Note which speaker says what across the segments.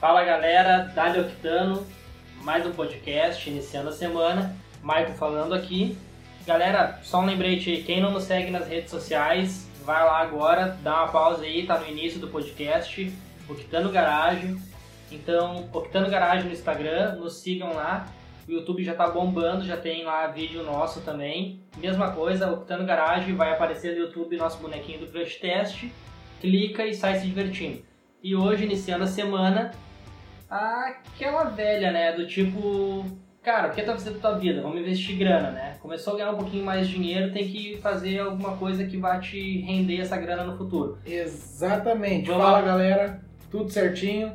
Speaker 1: Fala galera, Dali Octano, mais um podcast iniciando a semana. Maico falando aqui. Galera, só um lembrete aí, quem não nos segue nas redes sociais, vai lá agora, dá uma pausa aí, tá no início do podcast, Octano Garage. Então, Octano Garage no Instagram, nos sigam lá. O YouTube já tá bombando, já tem lá vídeo nosso também. Mesma coisa, Octano Garage vai aparecer no YouTube nosso bonequinho do Crush Test. Clica e sai se divertindo. E hoje, iniciando a semana, aquela velha, né? Do tipo, cara, o que tá fazendo da tua vida? Vamos investir grana, né? Começou a ganhar um pouquinho mais de dinheiro, tem que fazer alguma coisa que vá te render essa grana no futuro.
Speaker 2: Exatamente.
Speaker 1: Vamos
Speaker 2: Fala galera, tudo certinho.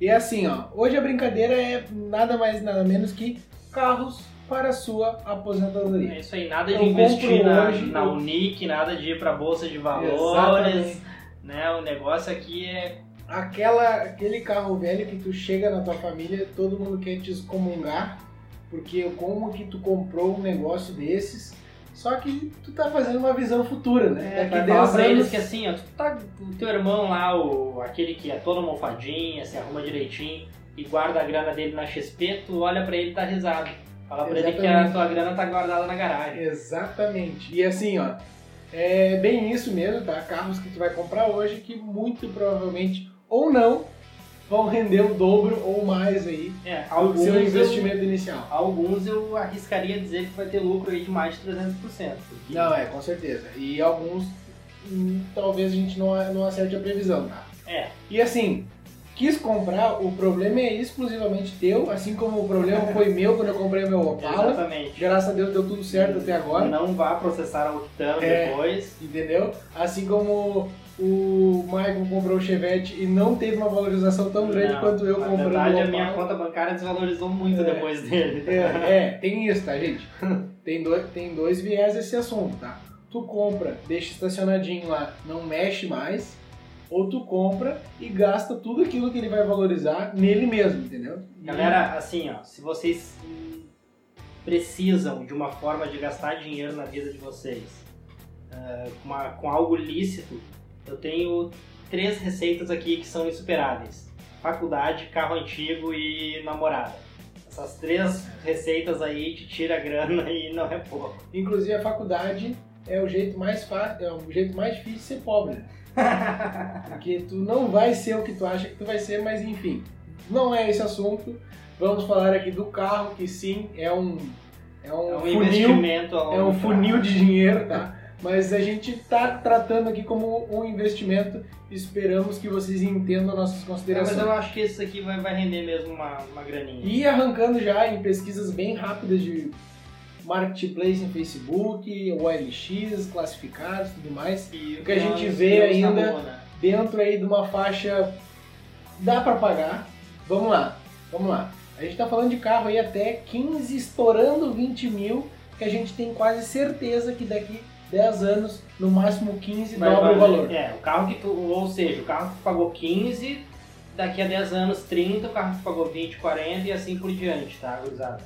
Speaker 2: E é assim, ó, hoje a brincadeira é nada mais nada menos que carros para a sua aposentadoria.
Speaker 1: É isso aí, nada de
Speaker 2: Eu
Speaker 1: investir
Speaker 2: compro
Speaker 1: na,
Speaker 2: hoje,
Speaker 1: na
Speaker 2: eu-
Speaker 1: Unic, nada de ir pra bolsa de valores,
Speaker 2: Exatamente.
Speaker 1: né? O negócio aqui é
Speaker 2: Aquela, aquele carro velho que tu chega na tua família, todo mundo quer te excomungar, porque como que tu comprou um negócio desses? Só que tu tá fazendo uma visão futura, né?
Speaker 1: pra falar pra eles é que assim, ó, tu tá o teu irmão lá, o, aquele que é todo mofadinha, se arruma direitinho e guarda a grana dele na XP, tu olha pra ele e tá risado. Fala pra ele que a
Speaker 2: Exatamente.
Speaker 1: tua grana tá guardada na garagem.
Speaker 2: Exatamente. E assim, ó, é bem isso mesmo, tá? Carros que tu vai comprar hoje que muito provavelmente ou não vão render o dobro ou mais aí
Speaker 1: É,
Speaker 2: do
Speaker 1: alguns
Speaker 2: seu
Speaker 1: eu-
Speaker 2: investimento inicial.
Speaker 1: Alguns eu arriscaria dizer que vai ter lucro aí de mais de 300%. porque-
Speaker 2: Não, é, com certeza. E alguns hum, talvez a gente não, não acerte a previsão, tá?
Speaker 1: É.
Speaker 2: E assim, quis comprar, o problema é exclusivamente teu, assim como o problema foi meu quando eu comprei o meu Opala.
Speaker 1: Exatamente.
Speaker 2: Graças a Deus deu tudo certo até agora.
Speaker 1: Não vá processar o Octano
Speaker 2: É.
Speaker 1: depois.
Speaker 2: entendeu? Assim como o Michael comprou o Chevette e não teve uma valorização tão grande
Speaker 1: Não,
Speaker 2: quanto eu
Speaker 1: Na
Speaker 2: comprando
Speaker 1: verdade,
Speaker 2: o
Speaker 1: a minha
Speaker 2: Opala.
Speaker 1: conta bancária desvalorizou muito
Speaker 2: É.
Speaker 1: depois dele.
Speaker 2: É, é, tem isso, tá, gente? Tem dois, tem dois viés esse assunto, tá? Tu compra, deixa estacionadinho lá, não mexe mais, ou tu compra e gasta tudo aquilo que ele vai valorizar nele mesmo, entendeu? E-
Speaker 1: Galera, assim, ó, se vocês hum, precisam de uma forma de gastar dinheiro na vida de vocês, ah, com uma- com algo lícito, eu tenho três receitas aqui que são insuperáveis: faculdade, carro antigo e namorada. Essas três receitas aí te tira a grana e não é pouco.
Speaker 2: Inclusive a faculdade é o jeito mais fácil, é o jeito mais difícil de ser pobre. né? Porque tu não vai ser o que tu acha que tu vai ser, mas enfim, não é esse assunto. Vamos falar aqui do carro, que sim, é um é um,
Speaker 1: É um né?
Speaker 2: funil,
Speaker 1: investimento a longo
Speaker 2: é um
Speaker 1: prazo.
Speaker 2: funil de dinheiro, tá? Mas a gente tá tratando aqui como um investimento. Esperamos que vocês entendam nossas
Speaker 1: É, Mas
Speaker 2: considerações.
Speaker 1: eu acho que isso aqui vai, vai render mesmo uma, uma graninha.
Speaker 2: E arrancando já em pesquisas bem rápidas de marketplace em Facebook, OLX, classificados, tudo mais.
Speaker 1: E
Speaker 2: o que a gente
Speaker 1: nós
Speaker 2: vê
Speaker 1: temos na
Speaker 2: ainda-
Speaker 1: mão, né?
Speaker 2: dentro aí de uma faixa dá pra pagar. Vamos lá, vamos lá. A gente tá falando de carro aí até 15, estourando 20 mil, que a gente tem quase certeza que daqui 10 anos, no máximo 15,
Speaker 1: Vai
Speaker 2: dobra o
Speaker 1: valer-
Speaker 2: valor.
Speaker 1: É, o carro que tu, ou seja, o carro que tu pagou 15, daqui a 10 anos 30, o carro que tu pagou 20, 40 e assim por diante, tá, gurizada?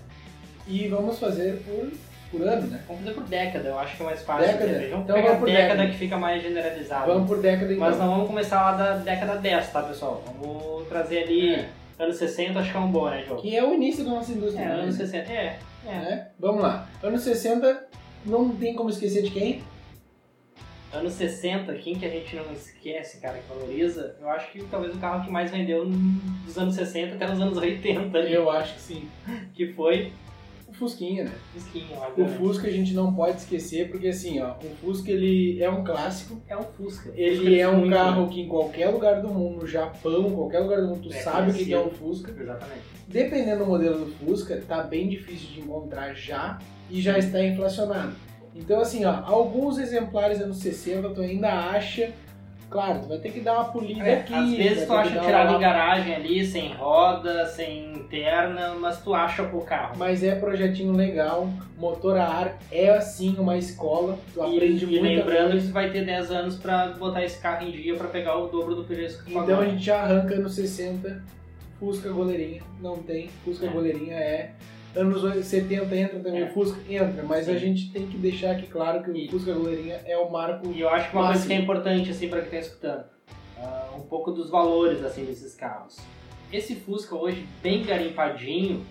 Speaker 2: E vamos fazer por, por ano, né?
Speaker 1: Vamos fazer por década, eu acho que é mais fácil.
Speaker 2: Década?
Speaker 1: entender. Vamos
Speaker 2: Então
Speaker 1: pegar
Speaker 2: vamos por
Speaker 1: década,
Speaker 2: década.
Speaker 1: que fica mais generalizado.
Speaker 2: Vamos por década então.
Speaker 1: Mas não vamos começar lá da década 10, tá, pessoal? Vamos trazer ali anos 60, acho que é um bom, né, Diogo?
Speaker 2: Que é o início da nossa indústria.
Speaker 1: É,
Speaker 2: né?
Speaker 1: anos 60, é. É.
Speaker 2: Né? Vamos lá. Anos 60, não tem como esquecer de quem?
Speaker 1: Anos 60, quem que a gente não esquece, cara, que valoriza, eu acho que talvez o carro que mais vendeu dos anos 60 até os anos 80, ali,
Speaker 2: Eu acho que sim.
Speaker 1: que foi
Speaker 2: O Fusquinha, né?
Speaker 1: Fusquinha,
Speaker 2: O
Speaker 1: obviamente.
Speaker 2: Fusca a gente não pode esquecer, porque assim, ó, o Fusca ele é um clássico.
Speaker 1: É um Fusca. né?
Speaker 2: Ele é um carro que em qualquer lugar do mundo, no Japão, qualquer lugar do mundo, tu
Speaker 1: É
Speaker 2: sabe o que que é um
Speaker 1: conhecido.
Speaker 2: Fusca.
Speaker 1: Exatamente.
Speaker 2: Dependendo do modelo do Fusca, tá bem difícil de encontrar já e já está inflacionado. Então assim, ó, alguns exemplares anos 60 tu ainda acha, claro, tu vai ter que dar uma polida aqui.
Speaker 1: É, às vezes
Speaker 2: vai
Speaker 1: tu
Speaker 2: ter
Speaker 1: acha
Speaker 2: que dar
Speaker 1: tirado
Speaker 2: uma-
Speaker 1: em garagem ali, sem roda, sem interna, mas tu acha pro carro.
Speaker 2: Mas é projetinho legal, motor a ar é assim uma escola, tu
Speaker 1: E,
Speaker 2: aprende
Speaker 1: e
Speaker 2: muito.
Speaker 1: lembrando que tu vai ter 10 anos pra botar esse carro em dia pra pegar o dobro do preço que tu
Speaker 2: Então a gente já arranca nos 60, Fusca goleirinha, não tem, Fusca
Speaker 1: É.
Speaker 2: goleirinha é. Anos 80, 70 entra também,
Speaker 1: É.
Speaker 2: o Fusca entra, mas
Speaker 1: Sim.
Speaker 2: a gente tem que deixar aqui claro que o
Speaker 1: E-
Speaker 2: Fusca goleirinha é o marco.
Speaker 1: E eu acho que uma coisa
Speaker 2: Máximo.
Speaker 1: que é importante, assim, pra quem tá escutando, ah, um pouco dos valores, assim, desses carros. Porque esse Fusca hoje bem garimpadinho,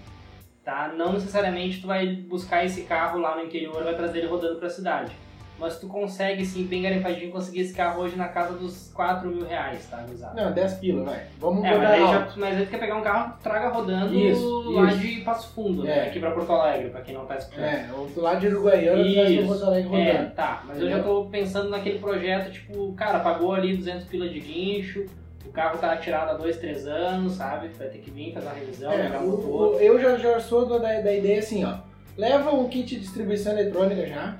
Speaker 1: tá? Não necessariamente tu vai buscar esse carro lá no interior e vai trazer ele rodando pra cidade. Mas tu consegue, sim, bem garimpadinho, conseguir esse carro hoje na casa dos 4 mil reais, tá, gurizada?
Speaker 2: Não, 10 pila, vai. Vamos
Speaker 1: É, mas
Speaker 2: botar
Speaker 1: aí,
Speaker 2: alto.
Speaker 1: já, mas aí tu quer pegar um carro, traga rodando
Speaker 2: Isso,
Speaker 1: lá
Speaker 2: isso.
Speaker 1: de Passo Fundo, né?
Speaker 2: É.
Speaker 1: Aqui pra Porto Alegre, pra quem não tá escutando.
Speaker 2: É, o do lado de Uruguaiana,
Speaker 1: Isso.
Speaker 2: tu vai pro Porto Alegre
Speaker 1: É,
Speaker 2: rodando.
Speaker 1: tá, mas eu já tô pensando naquele projeto, tipo, cara, pagou ali 200 pila de guincho, o carro tá atirado há dois, três anos, sabe? Vai ter que vir fazer uma revisão,
Speaker 2: É,
Speaker 1: pegar um
Speaker 2: o-
Speaker 1: motor.
Speaker 2: o- eu já, já sou do- da, da ideia assim, ó. Leva um kit de distribuição eletrônica já,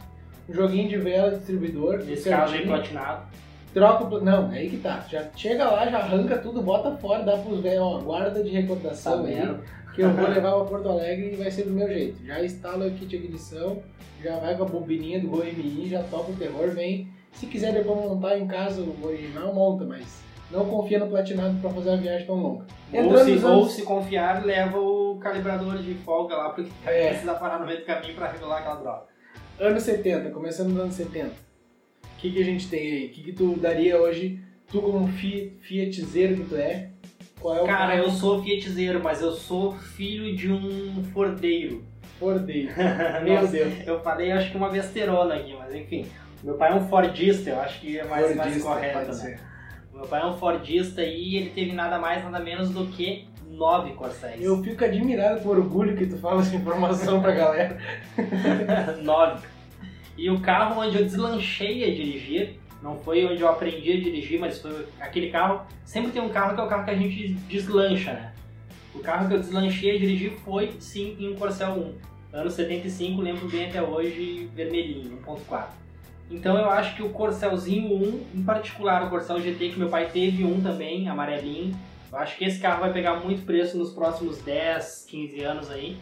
Speaker 2: um joguinho de vela distribuidor,
Speaker 1: Nesse
Speaker 2: certinho,
Speaker 1: caso aí, platinado.
Speaker 2: troca o. pla- Não, aí que tá. Já chega lá, já arranca tudo, bota fora, dá pros velhos, ó, guarda de
Speaker 1: Tá
Speaker 2: recordação aí,
Speaker 1: vendo?
Speaker 2: que eu vou levar pra Porto Alegre e vai ser do meu jeito. Já instala o kit de ignição, já vai com a bobininha do GoMI, já toca o terror, vem. Se quiser depois montar em casa o original, monta, mas não confia no platinado pra fazer uma viagem tão longa.
Speaker 1: Ou
Speaker 2: Entrando nos
Speaker 1: se, ou
Speaker 2: anos-
Speaker 1: se confiar, leva o calibrador de folga lá, porque
Speaker 2: É.
Speaker 1: precisa parar no meio do caminho pra regular aquela droga.
Speaker 2: Anos 70, começando nos anos 70. O que, que a gente tem aí? O que, que tu daria hoje? Tu como fi, fiatizeiro que tu é? Qual é o
Speaker 1: Cara,
Speaker 2: carro
Speaker 1: eu sou fietizeiro, mas eu sou filho de um fordeiro.
Speaker 2: Fordei.
Speaker 1: Nossa,
Speaker 2: Meu Deus.
Speaker 1: Eu falei, acho que uma besterona aqui, mas enfim. Meu pai é um Fordista, eu acho que é mais, mais
Speaker 2: Fordista,
Speaker 1: correto,
Speaker 2: pode
Speaker 1: né?
Speaker 2: ser.
Speaker 1: Meu pai é um Fordista e ele teve nada mais, nada menos do que nove Corsairs.
Speaker 2: Eu fico admirado com o orgulho que tu fala essa informação pra galera.
Speaker 1: nove. E o carro onde eu deslanchei a dirigir, não foi onde eu aprendi a dirigir, mas foi aquele carro. Sempre tem um carro que é o carro que a gente deslancha, né? O carro que eu deslanchei a dirigir foi, sim, em um Corcel 1. Ano 75, lembro bem até hoje, vermelhinho, 1.4. Então eu acho que o Corcelzinho 1, em particular o Corcel GT, que meu pai teve um também, amarelinho. Eu acho que esse carro vai pegar muito preço nos próximos 10, 15 anos aí.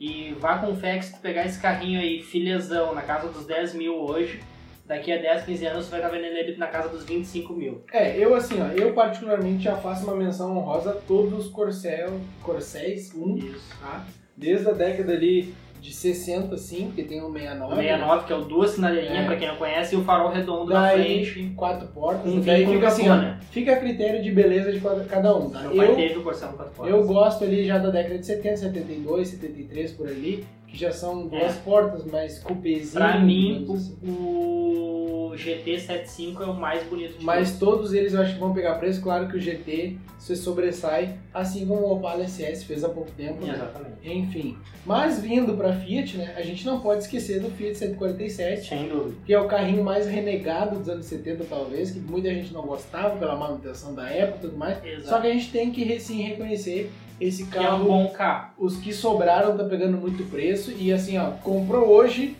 Speaker 1: E vá com fé que se tu pegar esse carrinho aí, filezão, na casa dos 10 mil hoje, daqui a 10, 15 anos tu vai estar vendendo ele na casa dos 25 mil.
Speaker 2: É, eu assim, ó, eu particularmente já faço uma menção honrosa a todos os Corsel, Corséis 1,
Speaker 1: Isso.
Speaker 2: tá? Desde a década ali de 60, assim, porque tem o 69.
Speaker 1: O 69, que é o duas sinaleirinhas,
Speaker 2: É.
Speaker 1: pra quem não conhece, e o farol redondo na
Speaker 2: Daí-
Speaker 1: frente.
Speaker 2: Quatro portas.
Speaker 1: Um
Speaker 2: daí
Speaker 1: vínculo com
Speaker 2: fica assim, ó,
Speaker 1: Capone.
Speaker 2: fica a critério de beleza de cada- cada um, tá?
Speaker 1: Meu pai
Speaker 2: Eu-
Speaker 1: teve o Corsair 4 portas.
Speaker 2: Eu gosto ali já da década de 70, 72, 73 por ali, que já são duas portas, mas cupezinho.
Speaker 1: É. Pra mim,
Speaker 2: digamos assim.
Speaker 1: o, o GT75 é o mais bonito de todos.
Speaker 2: Mas todos eles eu acho que vão pegar preço. Claro que o GT se sobressai, assim como o Opala SS fez há pouco tempo. né?
Speaker 1: Exatamente.
Speaker 2: Enfim. Mas vindo pra Fiat, né? A gente não pode esquecer do Fiat 147,
Speaker 1: Sem dúvida.
Speaker 2: que é o carrinho mais renegado dos anos 70, talvez, que muita gente não gostava pela manutenção da época e tudo mais. Só
Speaker 1: Exato.
Speaker 2: que a gente tem que re- sim reconhecer esse
Speaker 1: Que é um
Speaker 2: carro
Speaker 1: bom carro.
Speaker 2: os que sobraram tá pegando muito preço e assim, ó, comprou hoje,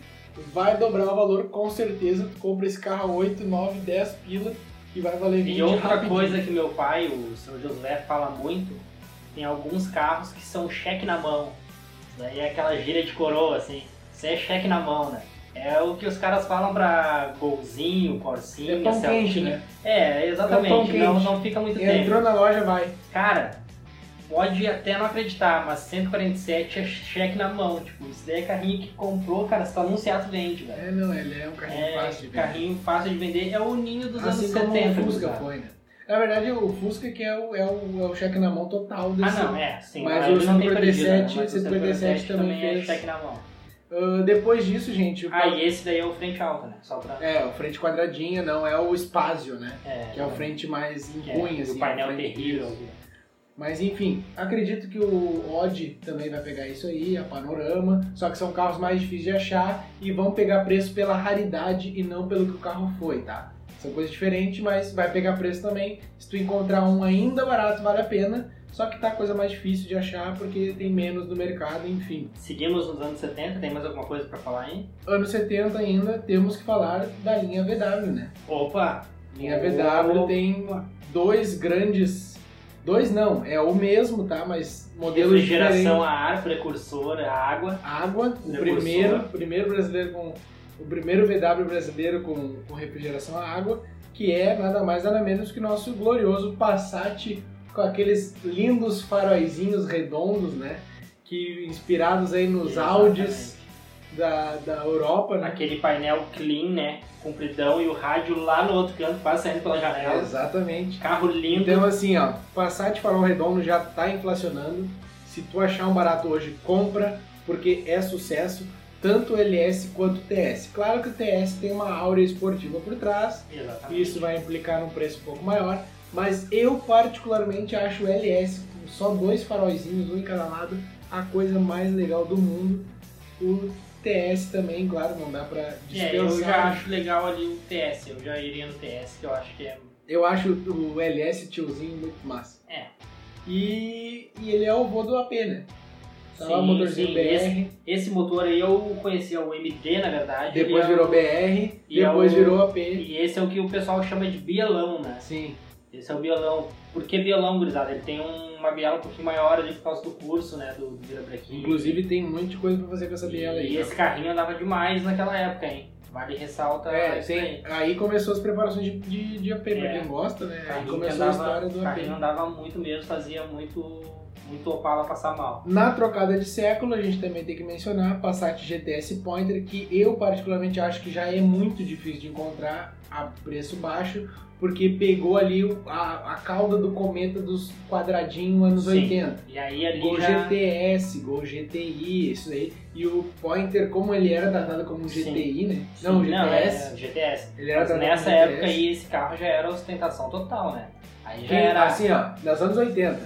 Speaker 2: vai dobrar o valor com certeza. Tu compra esse carro a 8, 9, 10 pila e vai valer 20
Speaker 1: E outra
Speaker 2: rapidinho.
Speaker 1: coisa que meu pai, o seu José, fala muito, tem alguns carros que são cheque na mão. Isso daí é aquela gíria de coroa, assim. Isso é cheque na mão, né? É o que os caras falam pra golzinho,
Speaker 2: é
Speaker 1: corsinha,
Speaker 2: pão quente,
Speaker 1: Celtinha.
Speaker 2: né?
Speaker 1: É,
Speaker 2: pão
Speaker 1: exatamente.
Speaker 2: quente.
Speaker 1: não, não fica muito tempo.
Speaker 2: Entrou na loja, vai.
Speaker 1: Cara, pode até não acreditar, mas 147 é cheque na mão. Tipo, isso daí é carrinho que comprou, cara, se tu anunciar, tu vende, velho.
Speaker 2: É, não, ele é um carrinho
Speaker 1: É,
Speaker 2: fácil de ver.
Speaker 1: carrinho fácil de vender. É o ninho dos
Speaker 2: assim
Speaker 1: anos
Speaker 2: como
Speaker 1: 70.
Speaker 2: o Fusca
Speaker 1: cara.
Speaker 2: foi, né? Na verdade, o Fusca que é o, é o, é o cheque na mão total
Speaker 1: Ah,
Speaker 2: desse.
Speaker 1: não, é, sim.
Speaker 2: Mas
Speaker 1: ele
Speaker 2: o
Speaker 1: não tem perdido,
Speaker 2: 147,
Speaker 1: né? Mas o
Speaker 2: 147 também
Speaker 1: é
Speaker 2: fez.
Speaker 1: cheque na mão.
Speaker 2: Ah, depois disso, gente, o
Speaker 1: Ah, e esse daí é o frente alta, né? Só pra...
Speaker 2: é, o frente quadradinha, não é o Spazio, né?
Speaker 1: É,
Speaker 2: Que é o frente mais em
Speaker 1: que é,
Speaker 2: cunha, assim.
Speaker 1: O
Speaker 2: o
Speaker 1: painel
Speaker 2: frente-
Speaker 1: terrível.
Speaker 2: Mas enfim, acredito que o Odd também vai pegar isso aí, a Panorama, só que são carros mais difíceis de achar e vão pegar preço pela raridade e não pelo que o carro foi, tá? São coisas diferentes, mas vai pegar preço também. Se tu encontrar um ainda barato, vale a pena, só que tá coisa mais difícil de achar porque tem menos no mercado, enfim.
Speaker 1: Seguimos nos anos 70, tem mais alguma coisa pra falar aí?
Speaker 2: Anos 70 ainda, temos que falar da linha VW, né?
Speaker 1: Opa!
Speaker 2: Linha VW
Speaker 1: O-
Speaker 2: tem dois grandes... Dois não, é o mesmo, tá? Mas modelos diferentes.
Speaker 1: Refrigeração a ar, precursor, a água.
Speaker 2: água, o
Speaker 1: Revolução.
Speaker 2: primeiro, primeiro brasileiro com o primeiro VW brasileiro com, com refrigeração a água, que é nada mais nada menos que o nosso glorioso Passat com aqueles lindos faróizinhos redondos, né? Que inspirados aí nos
Speaker 1: Exatamente.
Speaker 2: Audis, da, da Europa, né?
Speaker 1: Aquele painel clean, né? Compridão e o rádio lá no outro canto, quase saindo pela janela.
Speaker 2: Exatamente.
Speaker 1: Carro lindo.
Speaker 2: Então, assim, ó, passar de farol redondo já tá inflacionando. Se tu achar um barato hoje, compra, porque é sucesso, tanto o LS quanto o TS. Claro que o TS tem uma áurea esportiva por trás,
Speaker 1: Exatamente.
Speaker 2: isso vai implicar num preço um pouco maior, mas eu particularmente acho o LS com só dois faróizinhos, um em cada lado, a coisa mais legal do mundo. O TS também, claro, não dá pra
Speaker 1: É, eu
Speaker 2: dispensar.
Speaker 1: já acho legal ali o TS, eu já iria no TS, que eu acho que é.
Speaker 2: Eu acho o LS tiozinho muito massa.
Speaker 1: É.
Speaker 2: E, e ele é o vô do AP, né? Tá lá o
Speaker 1: Sim,
Speaker 2: motorzinho
Speaker 1: sim,
Speaker 2: BR,
Speaker 1: esse- Esse motor aí eu conhecia o MD, na verdade.
Speaker 2: depois
Speaker 1: ele é
Speaker 2: virou
Speaker 1: o-
Speaker 2: BR,
Speaker 1: e é
Speaker 2: depois
Speaker 1: o-
Speaker 2: virou AP.
Speaker 1: E esse é o que o pessoal chama de bielão, né?
Speaker 2: Sim,
Speaker 1: Esse é o bielão. Por que bielão, gurizada? Ele tem um- uma biela um pouquinho maior ali por causa do curso, né? Do, do virabrequim.
Speaker 2: inclusive tem um monte de coisa pra fazer com essa biela aí.
Speaker 1: E esse carrinho andava demais naquela época, hein? Vale ressalta
Speaker 2: É,
Speaker 1: tá isso
Speaker 2: tem, aí começou as preparações de, de, de AP, pra
Speaker 1: É.
Speaker 2: quem gosta, né? Aí
Speaker 1: Carrinho
Speaker 2: começou a
Speaker 1: andava-
Speaker 2: história do
Speaker 1: carrinho
Speaker 2: AP.
Speaker 1: andava muito mesmo, fazia muito, muito Opala passar mal.
Speaker 2: Na trocada de século, a gente também tem que mencionar a Passat GTS Pointer, que eu particularmente acho que já é muito difícil de encontrar a preço baixo, porque pegou ali o- a, a cauda do cometa dos quadradinhos anos
Speaker 1: Sim.
Speaker 2: 80.
Speaker 1: E aí ali
Speaker 2: Gol
Speaker 1: já...
Speaker 2: GTS, Gol GTI, isso aí. E o Pointer, como ele era tratado como um
Speaker 1: Sim.
Speaker 2: GTI, né?
Speaker 1: Sim,
Speaker 2: Não, o
Speaker 1: é,
Speaker 2: GTS.
Speaker 1: GTS.
Speaker 2: Ele era
Speaker 1: Mas
Speaker 2: tratado
Speaker 1: nessa
Speaker 2: como GTS.
Speaker 1: época aí, esse carro já era ostentação total, né? Aí já
Speaker 2: Quem-
Speaker 1: era...
Speaker 2: Assim, ó, nos anos 80,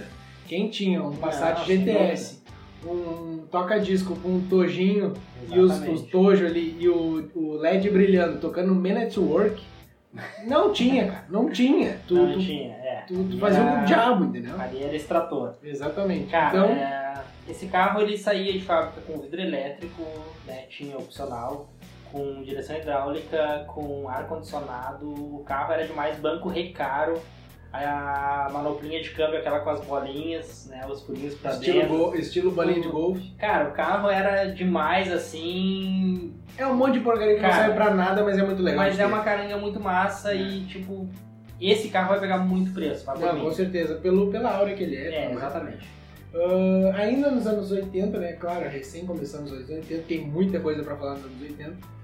Speaker 2: quem tinha um Passat
Speaker 1: Não, sem
Speaker 2: GTS, um toca-disco com um tojinho e os,
Speaker 1: Exatamente.
Speaker 2: os tojos ali e o, o LED brilhando, tocando Man at Work, não tinha, cara, não tinha. Tu,
Speaker 1: Não
Speaker 2: tu-
Speaker 1: tinha, é.
Speaker 2: tu- tu
Speaker 1: E
Speaker 2: fazia
Speaker 1: era-
Speaker 2: um diabo, entendeu?
Speaker 1: Ali era esse trator.
Speaker 2: Exatamente.
Speaker 1: Cara,
Speaker 2: então,
Speaker 1: é, esse carro ele saía de fábrica com vidro elétrico, né, tinha opcional, com direção hidráulica, com ar-condicionado, o carro era demais, banco recaro, a manoplinha de câmbio aquela com as bolinhas, né, os furinhos pra
Speaker 2: estilo,
Speaker 1: dentro.
Speaker 2: gol, estilo bolinha de golfe.
Speaker 1: Cara, o carro era demais assim,
Speaker 2: É um monte de porcaria que não
Speaker 1: Cara,
Speaker 2: serve pra nada, mas é muito legal.
Speaker 1: mas
Speaker 2: de
Speaker 1: é
Speaker 2: ter.
Speaker 1: uma caranga muito massa e tipo, esse carro vai pegar muito preço, vai por
Speaker 2: Não,
Speaker 1: mim.
Speaker 2: com certeza, pelo, pela aura que ele é.
Speaker 1: É,
Speaker 2: tudo mais.
Speaker 1: exatamente.
Speaker 2: Ah, ainda nos anos 80, né? Claro, recém começamos os anos 80, tem muita coisa pra falar nos anos 80.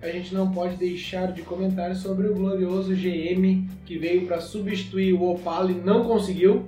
Speaker 2: A gente não pode deixar de comentar sobre o glorioso GM que veio pra substituir o Opala e não conseguiu.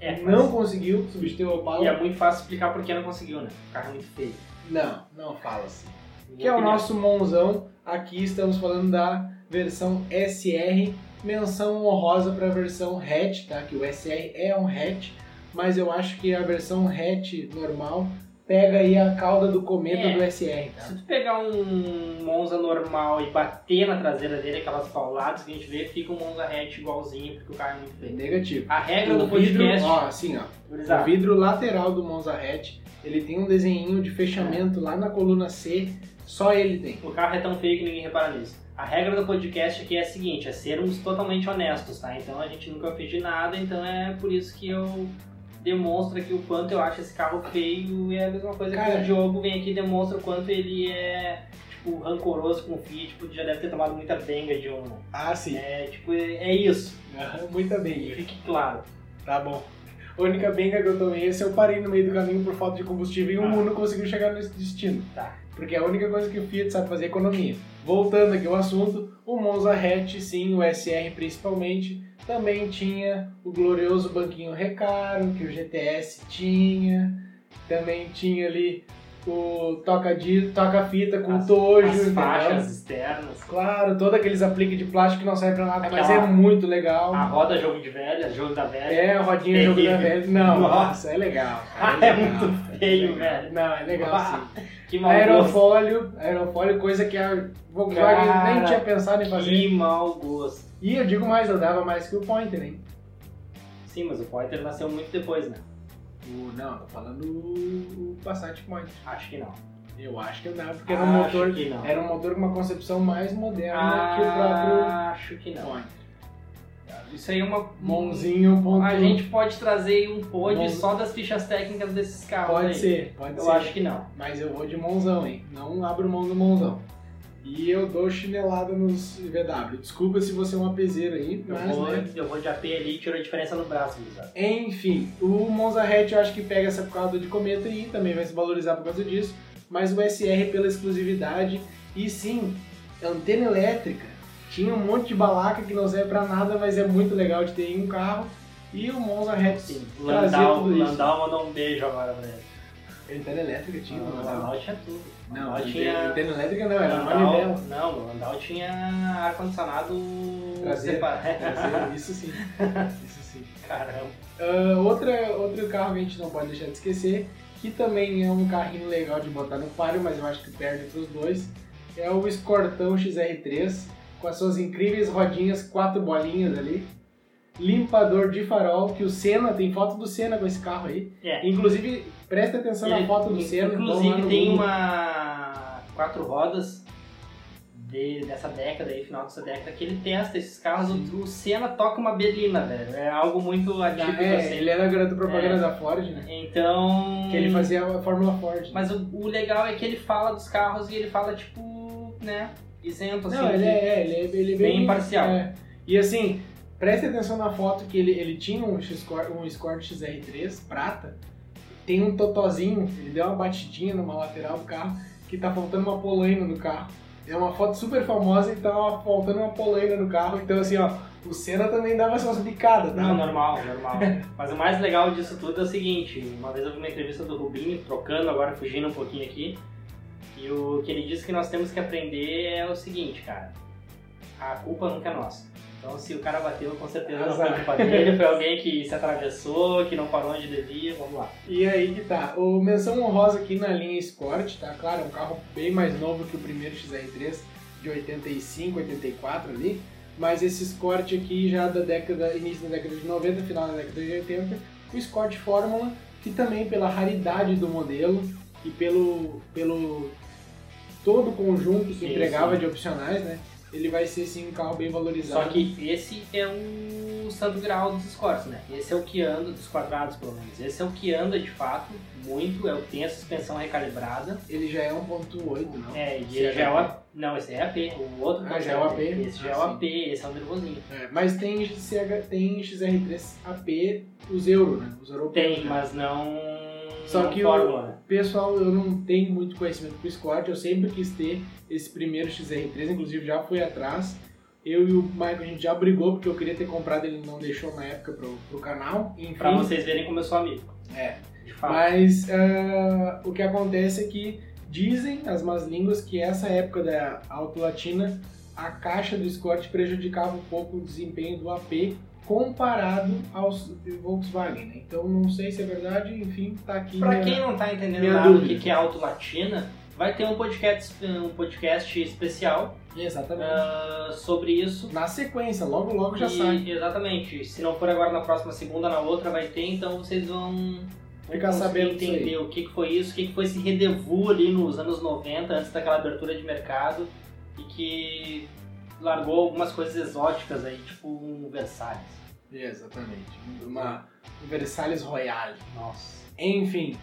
Speaker 1: É, mas-
Speaker 2: não conseguiu substituir o Opala.
Speaker 1: E é muito fácil explicar porque não conseguiu, né? O carro é muito feio.
Speaker 2: Não, não fala assim.
Speaker 1: Minha
Speaker 2: Que é o
Speaker 1: opinião.
Speaker 2: nosso Monzão. Aqui estamos falando da versão SR, menção honrosa para a versão hatch, tá? Que o SR é um hatch, mas eu acho que a versão hatch normal pega aí a cauda do cometa
Speaker 1: É.
Speaker 2: do SR, tá?
Speaker 1: Se tu pegar um Monza normal e bater na traseira dele, aquelas pauladas que a gente vê, fica um Monza hatch igualzinho, porque o carro é muito
Speaker 2: Bem
Speaker 1: feio.
Speaker 2: negativo.
Speaker 1: A regra
Speaker 2: O
Speaker 1: É, do
Speaker 2: vidro,
Speaker 1: podcast.
Speaker 2: ó, assim, ó. O
Speaker 1: gurizada,
Speaker 2: vidro lateral do Monza hatch, ele tem um desenho de fechamento lá na coluna C, só ele tem.
Speaker 1: o carro é tão feio que ninguém repara nisso. A regra do podcast aqui é a seguinte: é sermos totalmente honestos, tá? Então a gente nunca fez de nada, então é por isso que eu demonstro aqui o quanto eu acho esse carro feio. E é a mesma coisa que
Speaker 2: Cara.
Speaker 1: o Diogo vem aqui e demonstra o quanto ele é, tipo, rancoroso com o Fiat, tipo, já deve ter tomado muita benga de um. né?
Speaker 2: Ah, sim.
Speaker 1: É, tipo, é é isso.
Speaker 2: Muita bem.
Speaker 1: Fique claro.
Speaker 2: Tá bom. A única benga que eu tomei é se eu parei no meio do caminho por falta de combustível e o
Speaker 1: Ah.
Speaker 2: mundo conseguiu chegar nesse destino.
Speaker 1: Tá.
Speaker 2: Porque a única coisa que o Fiat sabe fazer é economia. Voltando aqui ao assunto, o Monza Hatch, sim, o SR principalmente, também tinha o glorioso banquinho recaro, que o GTS tinha, também tinha ali o toca-fita com
Speaker 1: As-
Speaker 2: tojo,
Speaker 1: As
Speaker 2: entendeu?
Speaker 1: faixas externas.
Speaker 2: Claro, todos aqueles apliques de plástico que não servem pra nada, mas
Speaker 1: Aquela-
Speaker 2: é muito legal.
Speaker 1: A roda jogo de velha, jogo da velha.
Speaker 2: É, rodinha jogo da
Speaker 1: Terrível.
Speaker 2: velha. Não,
Speaker 1: Nossa.
Speaker 2: nossa, é legal. cara,
Speaker 1: É
Speaker 2: legal,
Speaker 1: muito
Speaker 2: é
Speaker 1: feio,
Speaker 2: legal.
Speaker 1: velho.
Speaker 2: Não, é legal
Speaker 1: Ah,
Speaker 2: sim.
Speaker 1: Que mau gosto.
Speaker 2: Aerofólio, aerofólio, coisa que a Volkswagen
Speaker 1: Cara,
Speaker 2: nem tinha pensado em fazer.
Speaker 1: Que mau gosto.
Speaker 2: E eu digo mais, eu dava mais que o Pointer, hein?
Speaker 1: Sim, mas o Pointer nasceu muito depois, né?
Speaker 2: O, não, tô falando o o Passat Pointer.
Speaker 1: Acho que não.
Speaker 2: Eu acho que não, porque era um
Speaker 1: Ah, Acho
Speaker 2: motor,
Speaker 1: que Ah. não.
Speaker 2: era um motor com uma concepção mais moderna que o próprio
Speaker 1: Acho que não.
Speaker 2: Pointer.
Speaker 1: Isso aí é uma.
Speaker 2: Monzinho, ponto.
Speaker 1: A gente pode trazer um pod
Speaker 2: Mon-
Speaker 1: só das fichas técnicas desses carros aí.
Speaker 2: um. pode ser, pode
Speaker 1: né? Eu
Speaker 2: ser.
Speaker 1: acho que não.
Speaker 2: Mas eu vou de mãozão, hein? Não abro mão do mãozão. E eu dou chinelada nos VW. Desculpa se você é uma peseira aí,
Speaker 1: Eu,
Speaker 2: mas
Speaker 1: vou,
Speaker 2: né?
Speaker 1: eu vou de AP ali e tiro a diferença no braço, Lisa.
Speaker 2: Enfim, o Monza Hatch eu acho que pega essa cauda de cometa e também vai se valorizar por causa disso. mas o SR pela exclusividade. E sim, antena elétrica. Tinha um monte de balaca que não serve pra nada, mas é muito legal de ter em um carro. E o Monza Hatch trazia
Speaker 1: Landau,
Speaker 2: É, tudo isso.
Speaker 1: Landau mandou um beijo agora pra ele.
Speaker 2: Antena elétrica tinha,
Speaker 1: o
Speaker 2: não, não.
Speaker 1: Landau tinha tudo.
Speaker 2: Não,
Speaker 1: Landau
Speaker 2: antena
Speaker 1: tinha.
Speaker 2: antena elétrica não, era né? uma
Speaker 1: Landau,
Speaker 2: manivela.
Speaker 1: não, o Landau tinha ar-condicionado
Speaker 2: Traseiro.
Speaker 1: separado.
Speaker 2: Traseiro, Isso sim, isso sim.
Speaker 1: Caramba.
Speaker 2: Ah, outra, outro carro que a gente não pode deixar de esquecer, que também é um carrinho legal de botar no páreo, mas eu acho que perde para os dois, é o Escortão XR3, com as suas incríveis rodinhas, quatro bolinhas ali. Limpador de farol, que o Senna, tem foto do Senna com esse carro aí.
Speaker 1: É.
Speaker 2: Inclusive, presta atenção na
Speaker 1: Ele-
Speaker 2: foto do Senna. então, lá
Speaker 1: Inclusive
Speaker 2: no
Speaker 1: tem
Speaker 2: Google.
Speaker 1: uma quatro rodas de- dessa década aí, final dessa década, que ele testa esses carros. O, o Senna toca uma berlina, velho. É algo muito atípico
Speaker 2: É,
Speaker 1: assim.
Speaker 2: ele era garoto propaganda
Speaker 1: É.
Speaker 2: da Ford, né?
Speaker 1: Então.
Speaker 2: Que ele fazia a Fórmula Ford.
Speaker 1: Mas o, o legal é que ele fala dos carros e ele fala, tipo, né? Isento, assim.
Speaker 2: Não, ele
Speaker 1: de-
Speaker 2: é, é, ele é, ele é bem,
Speaker 1: Bem imparcial.
Speaker 2: é. E assim, preste atenção na foto que ele, ele tinha um, X-Cor- um Escort XR3 prata, tem um totozinho, ele deu uma batidinha numa lateral do carro, que tá faltando uma polaina no carro. É uma foto super famosa e tá faltando uma polaina no carro. Então assim, ó, o Senna também dava essas bicadas, tá?
Speaker 1: Não, normal, normal. Mas o mais legal disso tudo é o seguinte, uma vez eu vi uma entrevista do Rubinho, trocando, agora fugindo um pouquinho aqui, e o que ele disse que nós temos que aprender é o seguinte, cara, a culpa nunca é nossa. Então se o cara bateu, com certeza não foi
Speaker 2: Azar.
Speaker 1: culpa dele, foi alguém que se atravessou, que não parou onde devia, vamos lá.
Speaker 2: E aí que tá. O menção honrosa aqui na linha Escort, tá? Claro, é um carro bem mais novo que o primeiro XR3, de 85, 84 ali. Mas esse Escort aqui já da década, início da década de 90, final da década de 80, o Escort Fórmula, que também pela raridade do modelo e pelo, pelo todo o conjunto que
Speaker 1: Sim,
Speaker 2: entregava
Speaker 1: sim.
Speaker 2: de opcionais, né? Ele vai ser sim um carro bem valorizado.
Speaker 1: Só que esse é o santo grau dos escortes, né? Esse é o que anda, dos quadrados pelo menos, esse é o que anda de fato, muito, é o que tem a suspensão recalibrada,
Speaker 2: ele já é 1.8, não?
Speaker 1: É, e
Speaker 2: Esse é
Speaker 1: ele já é o
Speaker 2: AP.
Speaker 1: AP. Não, esse é AP. O outro
Speaker 2: Ah,
Speaker 1: não
Speaker 2: já é o AP?
Speaker 1: Esse já é o
Speaker 2: Ah, sim.
Speaker 1: AP, esse é o nervosinho.
Speaker 2: É, mas tem, XCH, tem XR3 AP, os euro, né? Os europeus.
Speaker 1: Tem,
Speaker 2: né?
Speaker 1: mas não.
Speaker 2: Só
Speaker 1: não
Speaker 2: que
Speaker 1: fórmula, né?
Speaker 2: Pessoal, eu não tenho muito conhecimento pro Scott, eu sempre quis ter esse primeiro XR3, inclusive já fui atrás. Eu e o Michael, a gente já brigou porque eu queria ter comprado, ele não deixou na época pro, pro canal. Enfim,
Speaker 1: Pra vocês verem como eu sou amigo.
Speaker 2: É.
Speaker 1: De fato.
Speaker 2: Mas ah, o que acontece é que dizem as más línguas que essa época da Auto Latina, a caixa do Scott prejudicava um pouco o desempenho do AP comparado aos Volkswagen. né? Então não sei se é verdade, enfim, tá aqui.
Speaker 1: Pra
Speaker 2: minha-
Speaker 1: quem não tá entendendo
Speaker 2: minha
Speaker 1: nada do
Speaker 2: dúvida.
Speaker 1: que que é Auto Latina, vai ter um podcast, um podcast especial
Speaker 2: Exatamente.
Speaker 1: ah, sobre isso.
Speaker 2: Na sequência, logo logo já
Speaker 1: E-
Speaker 2: sai.
Speaker 1: Exatamente. Se não for agora na próxima segunda, na outra vai ter, então vocês vão vão
Speaker 2: Ficar
Speaker 1: conseguir
Speaker 2: sabendo disso
Speaker 1: entender o que, que foi isso, o que, que foi esse redevu ali nos anos 90, antes daquela abertura de mercado, e que largou algumas coisas exóticas aí, tipo um Versalhes.
Speaker 2: Exatamente. Uma Versalhes Royale.
Speaker 1: Nossa.
Speaker 2: Enfim,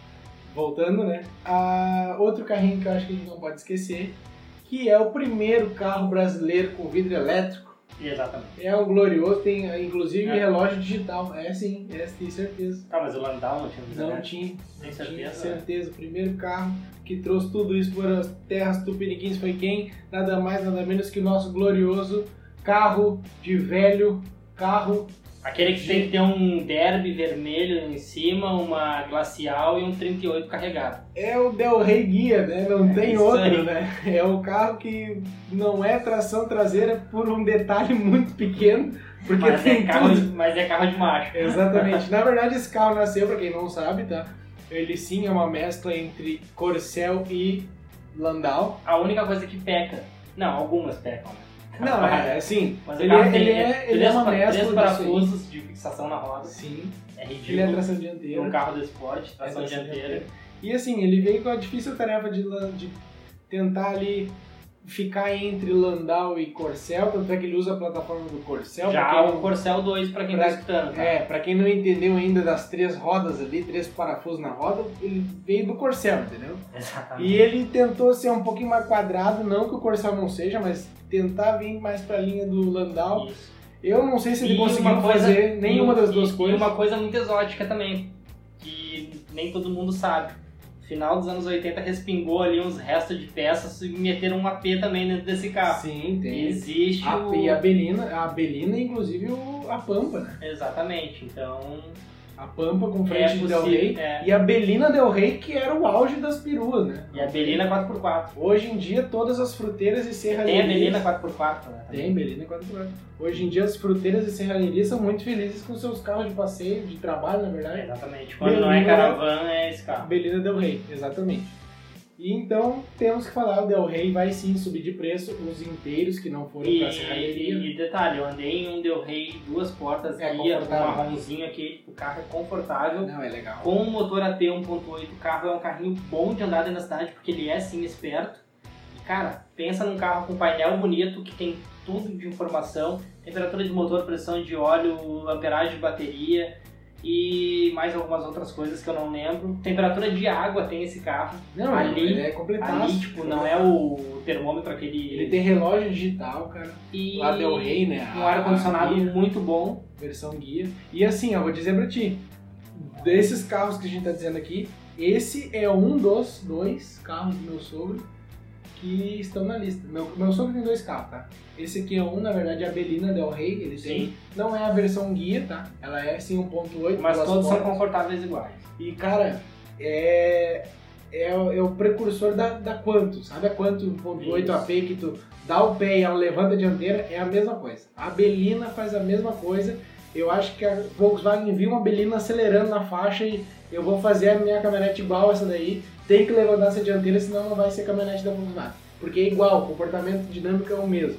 Speaker 2: voltando, né? A outro carrinho que eu acho que a gente não pode esquecer, que é o primeiro carro brasileiro com vidro elétrico.
Speaker 1: Exatamente.
Speaker 2: É um glorioso, tem é, inclusive
Speaker 1: É.
Speaker 2: relógio digital. É sim, é, tenho certeza.
Speaker 1: Tá, mas o Landau não tinha visão,
Speaker 2: Não
Speaker 1: né?
Speaker 2: tinha,
Speaker 1: Tem
Speaker 2: tinha
Speaker 1: certeza? né?
Speaker 2: certeza. O primeiro carro que trouxe tudo isso para as terras tupiniquins foi quem? Nada mais, nada menos que o nosso glorioso carro de velho, carro
Speaker 1: Aquele que tem que ter um derby vermelho em cima, uma glacial e um 38 carregado.
Speaker 2: É o Del Rey Guia, né? Não
Speaker 1: É
Speaker 2: tem
Speaker 1: isso
Speaker 2: outro,
Speaker 1: aí.
Speaker 2: né? É o carro que não é tração traseira por um detalhe muito pequeno, porque
Speaker 1: Mas
Speaker 2: tem
Speaker 1: é, carro de,
Speaker 2: tudo.
Speaker 1: mas é carro de macho.
Speaker 2: Exatamente. Na verdade, esse carro nasceu, pra quem não sabe, tá? Ele sim é uma mescla entre Corcel e Landau.
Speaker 1: A única coisa que peca. Não, algumas pecam, né?
Speaker 2: Não, é assim.
Speaker 1: Mas
Speaker 2: Ele
Speaker 1: o carro
Speaker 2: é-
Speaker 1: tem
Speaker 2: ele é-
Speaker 1: três
Speaker 2: ele é uma
Speaker 1: pa-
Speaker 2: mescla
Speaker 1: Três
Speaker 2: disso
Speaker 1: parafusos de fixação na roda.
Speaker 2: Sim.
Speaker 1: É
Speaker 2: Ele é
Speaker 1: ridículo.
Speaker 2: tração
Speaker 1: Tem
Speaker 2: dianteira.
Speaker 1: um carro do esporte, tração
Speaker 2: Essa
Speaker 1: dianteira.
Speaker 2: E assim, ele veio com a difícil tarefa de, lan- de tentar ali ficar entre Landau e Corcel, tanto é que ele usa a plataforma do Corcel. pra
Speaker 1: Já
Speaker 2: quem
Speaker 1: o Corcel 2 pra quem
Speaker 2: Pra-
Speaker 1: tá escutando, tá?
Speaker 2: É, pra quem não entendeu ainda das três rodas ali, três parafusos na roda, ele veio do Corcel, entendeu?
Speaker 1: Exatamente.
Speaker 2: E ele tentou ser um pouquinho mais quadrado, não que o Corcel não seja, mas tentar vir mais pra linha do Landau.
Speaker 1: Isso.
Speaker 2: Eu não sei se ele
Speaker 1: E
Speaker 2: conseguiu
Speaker 1: uma coisa-
Speaker 2: fazer nenhuma das
Speaker 1: E-
Speaker 2: duas
Speaker 1: e
Speaker 2: coisas.
Speaker 1: uma coisa muito exótica também, que nem todo mundo sabe. final dos anos 80 respingou ali uns restos de peças e meteram um AP também dentro desse carro.
Speaker 2: Sim, tem.
Speaker 1: Existe
Speaker 2: A,
Speaker 1: o...
Speaker 2: e a Belina, a Belina, inclusive, o- a Pampa, né?
Speaker 1: Exatamente, então
Speaker 2: A Pampa com
Speaker 1: é
Speaker 2: frente do Del Rey.
Speaker 1: possível. é.
Speaker 2: E a Belina Del Rey, que era o auge das peruas, né?
Speaker 1: E a Belina 4x4.
Speaker 2: Hoje em dia, todas as fruteiras e
Speaker 1: Tem a
Speaker 2: serralherias...
Speaker 1: Belina 4x4, né? também.
Speaker 2: Tem, Belina é 4x4. Hoje em dia, as fruteiras e serralherias são muito felizes com seus carros de passeio, de trabalho, na verdade.
Speaker 1: Exatamente. Quando não é
Speaker 2: Belina-
Speaker 1: caravana, é esse carro.
Speaker 2: Belina Del Rey, exatamente. E então temos que falar, o Del Rey vai sim subir de preço, os inteiros que não foram
Speaker 1: E,
Speaker 2: pra serralheria.
Speaker 1: e- e detalhe, eu andei em um Del Rey, duas portas,
Speaker 2: É
Speaker 1: guia, um
Speaker 2: confortável.
Speaker 1: marronzinho aqui, o carro é confortável.
Speaker 2: Não, é legal.
Speaker 1: Com o motor AP 1.8, o carro é um carrinho bom de andar dentro da cidade, porque ele é sim esperto. E cara, pensa num carro com painel bonito, que tem tudo de informação, temperatura de motor, pressão de óleo, amperagem de bateria e mais algumas outras coisas que eu não lembro. Temperatura de água tem esse carro.
Speaker 2: Não,
Speaker 1: Ali-
Speaker 2: ele é completado.
Speaker 1: Ali, tipo, não é o termômetro aquele.
Speaker 2: Ele tem relógio digital, cara.
Speaker 1: e
Speaker 2: Lá Del Rey, né?
Speaker 1: um ar-condicionado
Speaker 2: A guia,
Speaker 1: muito bom.
Speaker 2: Versão guia. E assim, ó, vou dizer pra ti. Desses carros que a gente tá dizendo aqui, esse é um dos dois carros do meu sogro que estão na lista. Meu, meu sogro tem dois carros, tá? Esse aqui é um, na verdade, a Belina Del Rey, ele tem.
Speaker 1: Sim,
Speaker 2: Não é a versão guia, tá? Ela é sim 1.8.
Speaker 1: mas
Speaker 2: duas
Speaker 1: todos são
Speaker 2: portas.
Speaker 1: confortáveis iguais.
Speaker 2: E cara, é. É, o- é o precursor da, da Quanto, sabe? A Quanto 1.8
Speaker 1: Isso.
Speaker 2: AP que tu dá o pé e ela levanta a dianteira, é a mesma coisa. A Belina faz a mesma coisa. Eu acho que a Volkswagen viu uma Belina acelerando na faixa e eu vou fazer a minha caminhonete igual essa daí. Tem que levantar essa dianteira, senão não vai ser caminhonete da Volkswagen. Porque é igual, o comportamento dinâmico é o mesmo.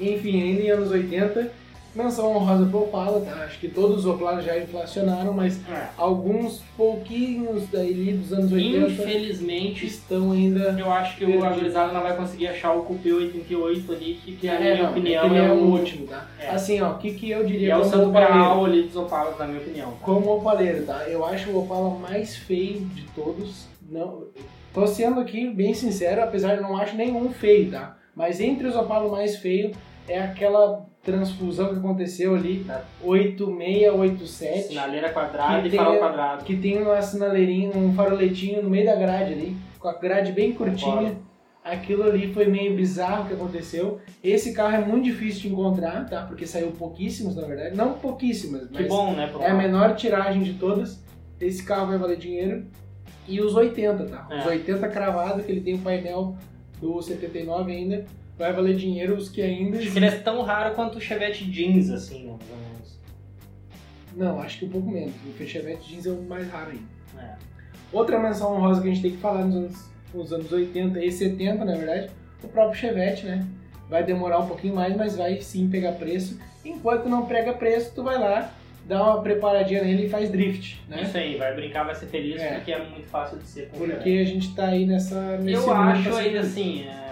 Speaker 2: Enfim, ainda em anos 80, menção honrosa pro Opala, tá? Acho que todos os Opalas já inflacionaram, mas alguns pouquinhos daí dos anos 80
Speaker 1: Infelizmente,
Speaker 2: estão ainda.
Speaker 1: eu acho que o
Speaker 2: Perdido.
Speaker 1: Agorizado não vai conseguir achar o Coupé 88 ali, que, que na
Speaker 2: É,
Speaker 1: minha
Speaker 2: não,
Speaker 1: opinião
Speaker 2: aquele
Speaker 1: é,
Speaker 2: é o
Speaker 1: o,
Speaker 2: último, tá?
Speaker 1: É.
Speaker 2: Assim, ó, o que, que eu
Speaker 1: e
Speaker 2: diria
Speaker 1: é o
Speaker 2: como
Speaker 1: santo
Speaker 2: opaleiro?
Speaker 1: graal ali dos Opalas, na minha opinião.
Speaker 2: Como opaleiro, tá? Eu acho o Opala mais feio de todos. Não, tô sendo aqui bem sincero, apesar de não acho nenhum feio, tá? Mas entre os Opala mais feio é aquela transfusão que aconteceu ali,
Speaker 1: Tá.
Speaker 2: 8687.
Speaker 1: Sinaleira quadrada
Speaker 2: Que
Speaker 1: e
Speaker 2: tem-
Speaker 1: farol quadrado.
Speaker 2: que tem uma sinaleirinha, um faroletinho no meio da grade ali, com a grade bem curtinha.
Speaker 1: Concordo.
Speaker 2: Aquilo ali foi meio bizarro que aconteceu. Esse carro é muito difícil de encontrar, tá? Porque saiu pouquíssimos, na verdade. Não pouquíssimas,
Speaker 1: Que
Speaker 2: mas
Speaker 1: bom, né? pro-
Speaker 2: é a menor tiragem de todas. Esse carro vai valer dinheiro. E os 80, tá? Os
Speaker 1: É.
Speaker 2: 80 cravado, que ele tem o painel do 79 ainda, vai valer dinheiro os que ainda.
Speaker 1: Acho que ele é tão raro quanto o Chevette Jeans, assim, né, mais ou menos.
Speaker 2: Não, acho que um pouco menos. O Fechamento Jeans é o mais raro ainda.
Speaker 1: É.
Speaker 2: Outra menção honrosa que a gente tem que falar nos anos, nos anos 80 e 70, na verdade, o próprio Chevette, né? Vai demorar um pouquinho mais, mas vai sim pegar preço. Enquanto não pega preço, tu vai lá, dá uma preparadinha nele e faz drift, né?
Speaker 1: Isso aí, vai brincar, vai ser feliz,
Speaker 2: É.
Speaker 1: porque é muito fácil de ser com
Speaker 2: Porque a gente tá aí nessa. nesse
Speaker 1: Eu
Speaker 2: mundo
Speaker 1: acho
Speaker 2: pra
Speaker 1: ainda
Speaker 2: ser-
Speaker 1: assim, é,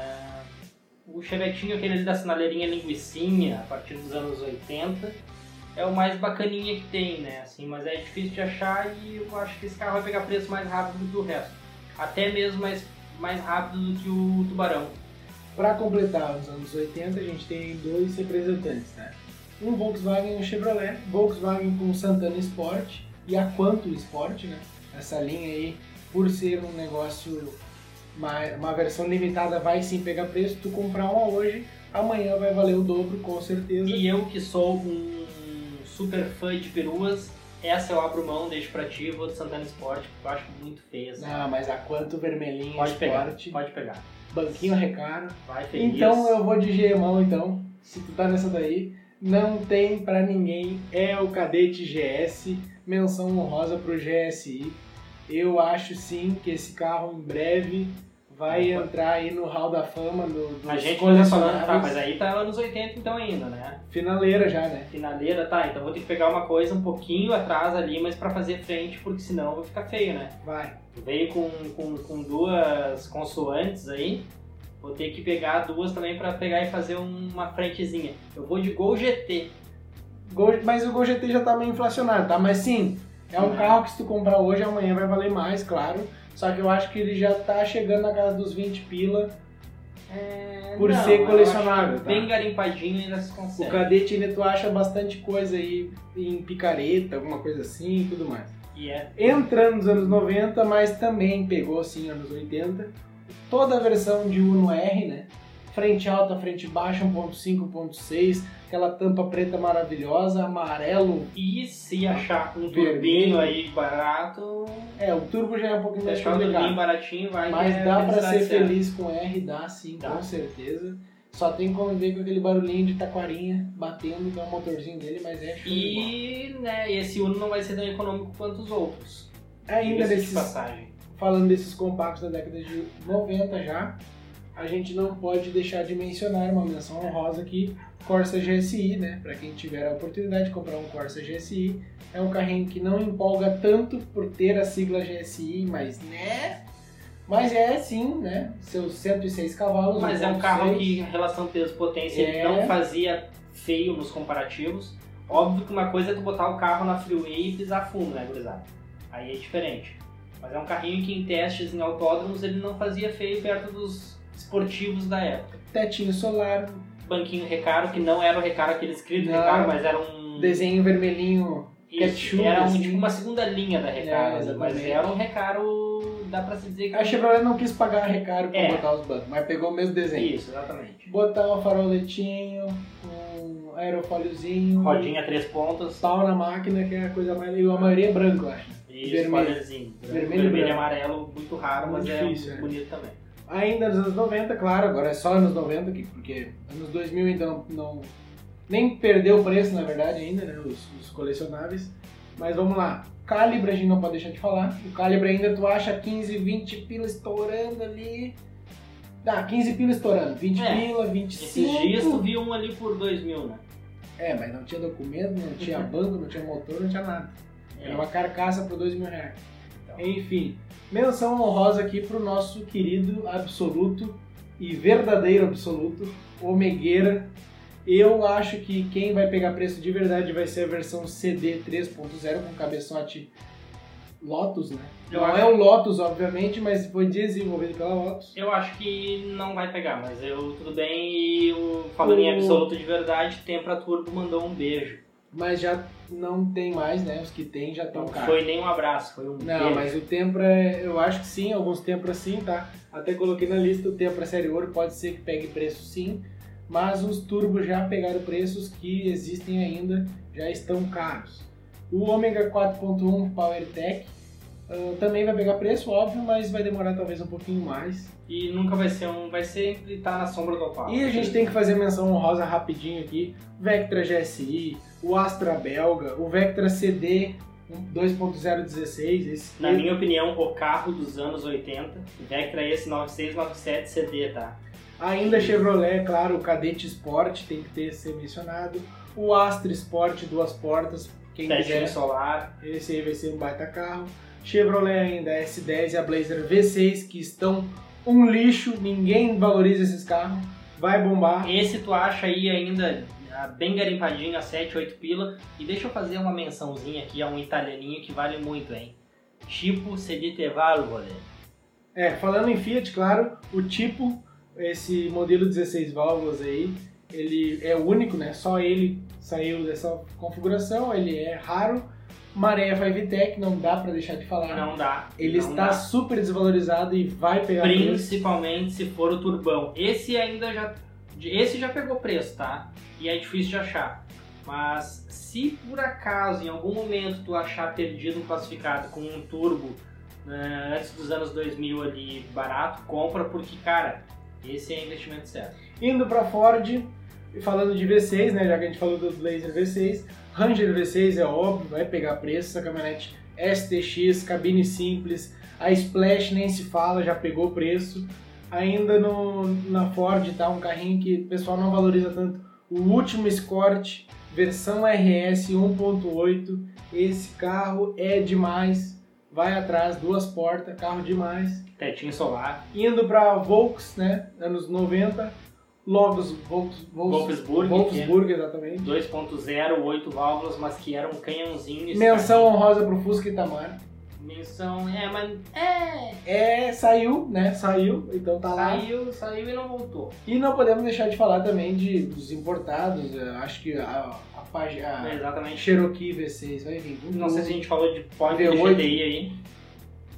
Speaker 1: o chevetinho aquele ali da sinaleirinha linguicinha, a partir dos anos 80, é o mais bacaninha que tem, né? Assim, mas é difícil de achar e eu acho que esse carro vai pegar preço mais rápido do que o resto. Até mesmo mais, mais rápido do que o Tubarão.
Speaker 2: Pra completar os anos 80, a gente tem dois representantes, né? Um Volkswagen e um Chevrolet. Volkswagen com o Santana Sport e a Quanto Sport, né? Essa linha aí, por ser um negócio, uma, uma versão limitada, vai sim pegar preço. Tu comprar uma hoje, amanhã vai valer o dobro, com certeza.
Speaker 1: E eu que sou um super fã de peruas, essa eu abro mão, deixo pra ti, vou de Santana Sport, porque eu acho muito feia. essa.
Speaker 2: Ah, mas a Quanto vermelhinha
Speaker 1: Pode pegar,
Speaker 2: Sport,
Speaker 1: pode pegar.
Speaker 2: banquinho recaro.
Speaker 1: Vai feliz.
Speaker 2: Então eu vou de GMão então, se tu tá nessa daí, não tem pra ninguém, é o cadete GS, menção honrosa pro GSI. Eu acho sim que esse carro em breve vai
Speaker 1: Opa.
Speaker 2: entrar aí no hall da fama do, dos
Speaker 1: A gente não tá falando,
Speaker 2: colecionáveis.
Speaker 1: tá, mas aí tá anos 80 então ainda, né?
Speaker 2: Finaleira já, né?
Speaker 1: finaleira, tá, então vou ter que pegar uma coisa um pouquinho atrás ali, mas pra fazer frente, porque senão vai ficar feio, né?
Speaker 2: Vai.
Speaker 1: Veio com, com, com duas consoantes aí, vou ter que pegar duas também pra pegar e fazer um, uma frentezinha. Eu vou de Gol GT.
Speaker 2: Gol- mas o Gol GT já tá meio inflacionado, tá? Mas sim, é um
Speaker 1: É.
Speaker 2: carro que se tu comprar hoje, amanhã vai valer mais, claro. Só que eu acho que ele já tá chegando na casa dos 20 pila por
Speaker 1: É, Não, eu
Speaker 2: ser
Speaker 1: acho
Speaker 2: colecionável, tá?
Speaker 1: Bem garimpadinho ainda se
Speaker 2: O
Speaker 1: consegue.
Speaker 2: cadete ainda tu acha bastante coisa aí em picareta, alguma coisa assim e tudo mais.
Speaker 1: que é.
Speaker 2: entrando nos anos 90, mas também pegou assim anos 80. Toda a versão de Uno R, né? Frente alta, frente baixa, 1.5, 1.6, aquela tampa preta maravilhosa, amarelo.
Speaker 1: E se achar um
Speaker 2: Vermelho.
Speaker 1: turbinho aí barato,
Speaker 2: É, o turbo já é um pouquinho
Speaker 1: se
Speaker 2: mais
Speaker 1: achar um turbinho
Speaker 2: complicado.
Speaker 1: baratinho, vai
Speaker 2: Mas
Speaker 1: é
Speaker 2: dá pra
Speaker 1: felicidade
Speaker 2: ser
Speaker 1: certa.
Speaker 2: feliz com R, dá sim,
Speaker 1: Dá.
Speaker 2: com certeza. Só tem que conviver com aquele barulhinho de taquarinha batendo, que é o motorzinho dele, mas é show de bola.
Speaker 1: E né, esse Uno não vai ser tão econômico quanto os outros.
Speaker 2: Ainda
Speaker 1: Diga-se de
Speaker 2: nesses
Speaker 1: passagem.
Speaker 2: falando desses compactos da década de 90 já, a gente não pode deixar de mencionar uma menção honrosa aqui, Corsa GSI, né? Para quem tiver a oportunidade de comprar um Corsa GSI, é um carrinho que não empolga tanto por ter a sigla GSI, mas né? Mas é sim, né? Seus 106 cavalos.
Speaker 1: Mas é um carro
Speaker 2: 1.6.
Speaker 1: que, em relação peso-potência, ele
Speaker 2: É.
Speaker 1: não fazia feio nos comparativos. Óbvio que uma coisa é tu botar o carro na freeway e pisar fundo, né, gurizada? Aí é diferente. Mas é um carrinho que, em testes em autódromos, ele não fazia feio perto dos esportivos da época.
Speaker 2: tetinho solar,
Speaker 1: Banquinho recaro, que não era o recaro aquele escrito
Speaker 2: Não.
Speaker 1: recaro, mas era um...
Speaker 2: desenho vermelhinho.
Speaker 1: Isso,
Speaker 2: ketchup,
Speaker 1: era um,
Speaker 2: assim.
Speaker 1: tipo uma segunda linha da
Speaker 2: É,
Speaker 1: recaro, mas
Speaker 2: exatamente. é
Speaker 1: era um recaro, dá pra se dizer que... um
Speaker 2: A Chevrolet não quis pagar recaro para
Speaker 1: É.
Speaker 2: botar os bancos, mas pegou o mesmo um desenho.
Speaker 1: Isso, exatamente.
Speaker 2: botar um faroletinho, um aerofóliozinho,
Speaker 1: Rodinha três pontas,
Speaker 2: pau na máquina, que é a coisa mais legal. A maioria é branco, eu acho.
Speaker 1: Isso,
Speaker 2: Vermelho.
Speaker 1: folhazinho.
Speaker 2: Vermelho e
Speaker 1: né? Vermelho,
Speaker 2: branco.
Speaker 1: e amarelo, muito raro,
Speaker 2: Muito
Speaker 1: mas
Speaker 2: difícil,
Speaker 1: é
Speaker 2: né?
Speaker 1: bonito também.
Speaker 2: Ainda nos anos 90, claro, agora é só anos 90, que- porque anos 2000 então não... Nem perdeu o preço, na verdade, ainda, né, os, os colecionáveis. Mas vamos lá. Calibra a gente não pode deixar de falar. O Calibra ainda tu acha 15, 20 pila estourando ali. Dá, 15 pila estourando. 20
Speaker 1: É.
Speaker 2: pila, 25.
Speaker 1: Esses dias tu viu um ali por 2 mil, né?
Speaker 2: É, mas não tinha documento, não tinha
Speaker 1: Uhum.
Speaker 2: banco, não tinha motor, não tinha nada. Era
Speaker 1: É.
Speaker 2: uma carcaça por dois mil reais.
Speaker 1: Então.
Speaker 2: Enfim, menção honrosa aqui pro nosso querido absoluto e verdadeiro absoluto, Omegueira. Eu acho que quem vai pegar preço de verdade vai ser a versão CD 3.0 com cabeçote Lotus, né?
Speaker 1: Eu
Speaker 2: Não
Speaker 1: acho-
Speaker 2: é o Lotus, obviamente, mas foi desenvolvido pela Lotus.
Speaker 1: Eu acho que não vai pegar, mas eu tudo bem. E o, falando em
Speaker 2: O-
Speaker 1: absoluto de verdade, Tempra Turbo mandou um beijo.
Speaker 2: Mas já não tem mais, né? Os que tem já estão
Speaker 1: Não
Speaker 2: caros.
Speaker 1: foi nem um abraço, foi um
Speaker 2: Não,
Speaker 1: beijo.
Speaker 2: mas o Tempra, é- eu acho que sim, alguns Tempra sim, tá? Até coloquei na lista o Tempra Série Ouro, pode ser que pegue preço sim, mas os turbos já pegaram preços que existem ainda, já estão caros. O Ômega 4.1 PowerTech ah, também vai pegar preço, óbvio, mas vai demorar talvez um pouquinho mais.
Speaker 1: E nunca vai ser um. Vai sempre estar na sombra do Opala.
Speaker 2: E a gente tem que fazer menção honrosa rapidinho aqui, Vectra GSI, o Astra Belga, o Vectra CD 2.016, esse...
Speaker 1: Na minha opinião, o carro dos anos 80, Vectra esse 9697 CD, tá?
Speaker 2: Ainda Chevrolet, claro, o Cadete Sport tem que ter ser mencionado. O Astra Sport, duas portas, quem
Speaker 1: Tetinho
Speaker 2: quiser,
Speaker 1: solar.
Speaker 2: esse aí vai ser um baita carro. Chevrolet ainda, S10 e a Blazer V6, que estão um lixo, ninguém valoriza esses carros, vai bombar.
Speaker 1: Esse tu acha aí ainda ah, bem garimpadinho, a 7, 8 pila. E deixa eu fazer uma mençãozinha aqui a um italianinho que vale muito, hein? Tipo Sedite Valvole.
Speaker 2: É, falando em Fiat, claro, o tipo, esse modelo 16 válvulas aí, ele é único, né? Só ele saiu dessa configuração, ele é raro. Maré Vivitec, não dá pra deixar de falar. né?
Speaker 1: Não dá.
Speaker 2: Ele
Speaker 1: não
Speaker 2: está
Speaker 1: dá.
Speaker 2: super desvalorizado e vai pegar preço.
Speaker 1: Principalmente se for o turbão. Esse ainda já. Esse já pegou preço, tá? E é difícil de achar. Mas se por acaso em algum momento tu achar perdido um classificado com um turbo né, antes dos anos 2000 ali barato, compra porque, cara, esse é investimento certo.
Speaker 2: Indo para Ford, falando de V6, né, já que a gente falou do Blazer V6, Ranger V6 é óbvio, vai pegar preço essa caminhonete STX, cabine simples, a Splash nem se fala, já pegou preço. Ainda no, na Ford tá um carrinho que o pessoal não valoriza tanto, o último Escort versão RS 1.8, esse carro é demais. Vai atrás, duas portas, carro demais.
Speaker 1: Tetinho solar,
Speaker 2: indo para Volks, né? Anos 90. Logos, Volks, Volks,
Speaker 1: Wolfsburg, que
Speaker 2: Volksburg, exatamente.
Speaker 1: é 2.0, 8 válvulas, mas que era um canhãozinho. esse
Speaker 2: Menção
Speaker 1: carrinho.
Speaker 2: honrosa pro Fusca Itamar.
Speaker 1: Menção, é, mas. É!
Speaker 2: É, saiu, né? Saiu, então tá lá.
Speaker 1: Saiu, saiu e não voltou.
Speaker 2: E não podemos deixar de falar também de, dos importados. eu acho que a, a, Paj- a
Speaker 1: É, exatamente.
Speaker 2: Cherokee V6 vai vir Uhum. com
Speaker 1: Não sei
Speaker 2: tudo.
Speaker 1: se a gente falou de Pointer
Speaker 2: V8.
Speaker 1: GTI aí.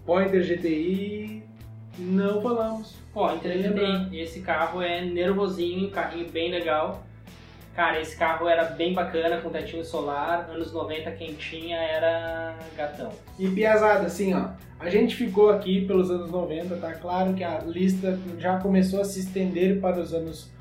Speaker 2: Pointer GTI, não falamos.
Speaker 1: Pointer
Speaker 2: né?
Speaker 1: GTI. Esse carro é nervosinho, um carrinho bem legal. Cara, esse carro era bem bacana, com tetinho solar. Anos 90, quem tinha era gatão.
Speaker 2: E Piazada, assim, ó. A gente ficou aqui pelos anos 90, tá claro que a lista já começou a se estender para os anos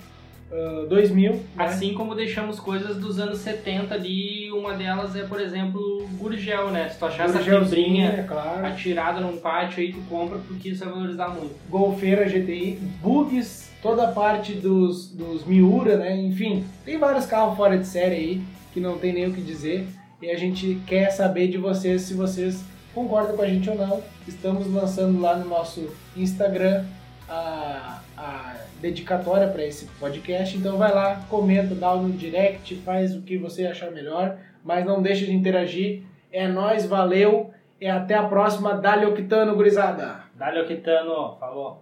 Speaker 2: ah, 2000. né?
Speaker 1: Assim como deixamos coisas dos anos 70 ali, uma delas é, por exemplo, Gurgel, né? Se tu achar essa
Speaker 2: Gurgelzinho,
Speaker 1: fibrinha
Speaker 2: é claro.
Speaker 1: atirada num pátio aí, tu compra porque isso vai valorizar muito.
Speaker 2: Golfeira GTI, Bugs, toda a parte dos, dos Miura, né? Enfim, tem vários carros fora de série aí que não tem nem o que dizer. E a gente quer saber de vocês se vocês concordam com a gente ou não. Estamos lançando lá no nosso Instagram a, a dedicatória para esse podcast. Então vai lá, comenta, dá um direct, faz o que você achar melhor, mas não deixa de interagir. É nóis, valeu. E até a próxima. Dali Octano, gurizada!
Speaker 1: Dale Oquitano, falou.